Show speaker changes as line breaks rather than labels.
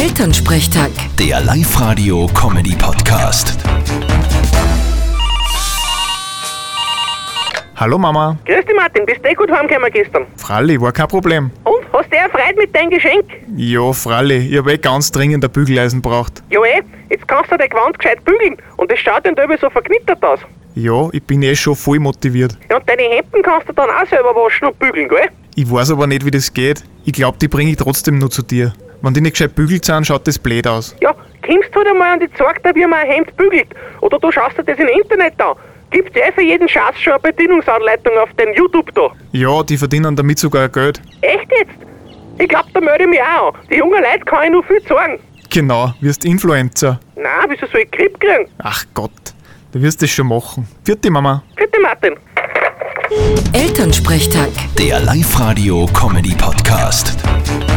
Elternsprechtag.
Der Live-Radio-Comedy-Podcast.
Hallo Mama.
Grüß dich, Martin. Bist du eh gut heimgekommen gestern?
Fralli, war kein Problem.
Und, hast du dich erfreut mit deinem Geschenk?
Ja, Fralli, ich hab eh ganz dringend ein Bügeleisen braucht.
Ja eh, jetzt kannst du dein Gewand gescheit bügeln und es schaut dann drüber so verknittert aus.
Ja, ich bin eh schon voll motiviert.
Ja, und deine Hemden kannst du dann auch selber waschen und bügeln, gell?
Ich weiß aber nicht, wie das geht. Ich glaub, die bringe ich trotzdem nur zu dir. Wenn die nicht gescheit bügelt sind, schaut das blöd aus.
Ja, kommst halt einmal und ich zeig dir, wie man ein Hemd bügelt. Oder du schaust dir das im Internet an. Gibt's eh für jeden Schatz schon eine Bedienungsanleitung auf dem YouTube da.
Ja, die verdienen damit sogar Geld.
Echt jetzt? Ich glaub, da melde ich mich auch an. Die jungen Leute kann ich nur viel sagen.
Genau, wirst Influencer.
Na, wieso soll ich Grip kriegen?
Ach Gott, du wirst das schon machen. Vierte Mama.
Bitte, Martin.
Elternsprechtag.
Der Live-Radio-Comedy-Podcast.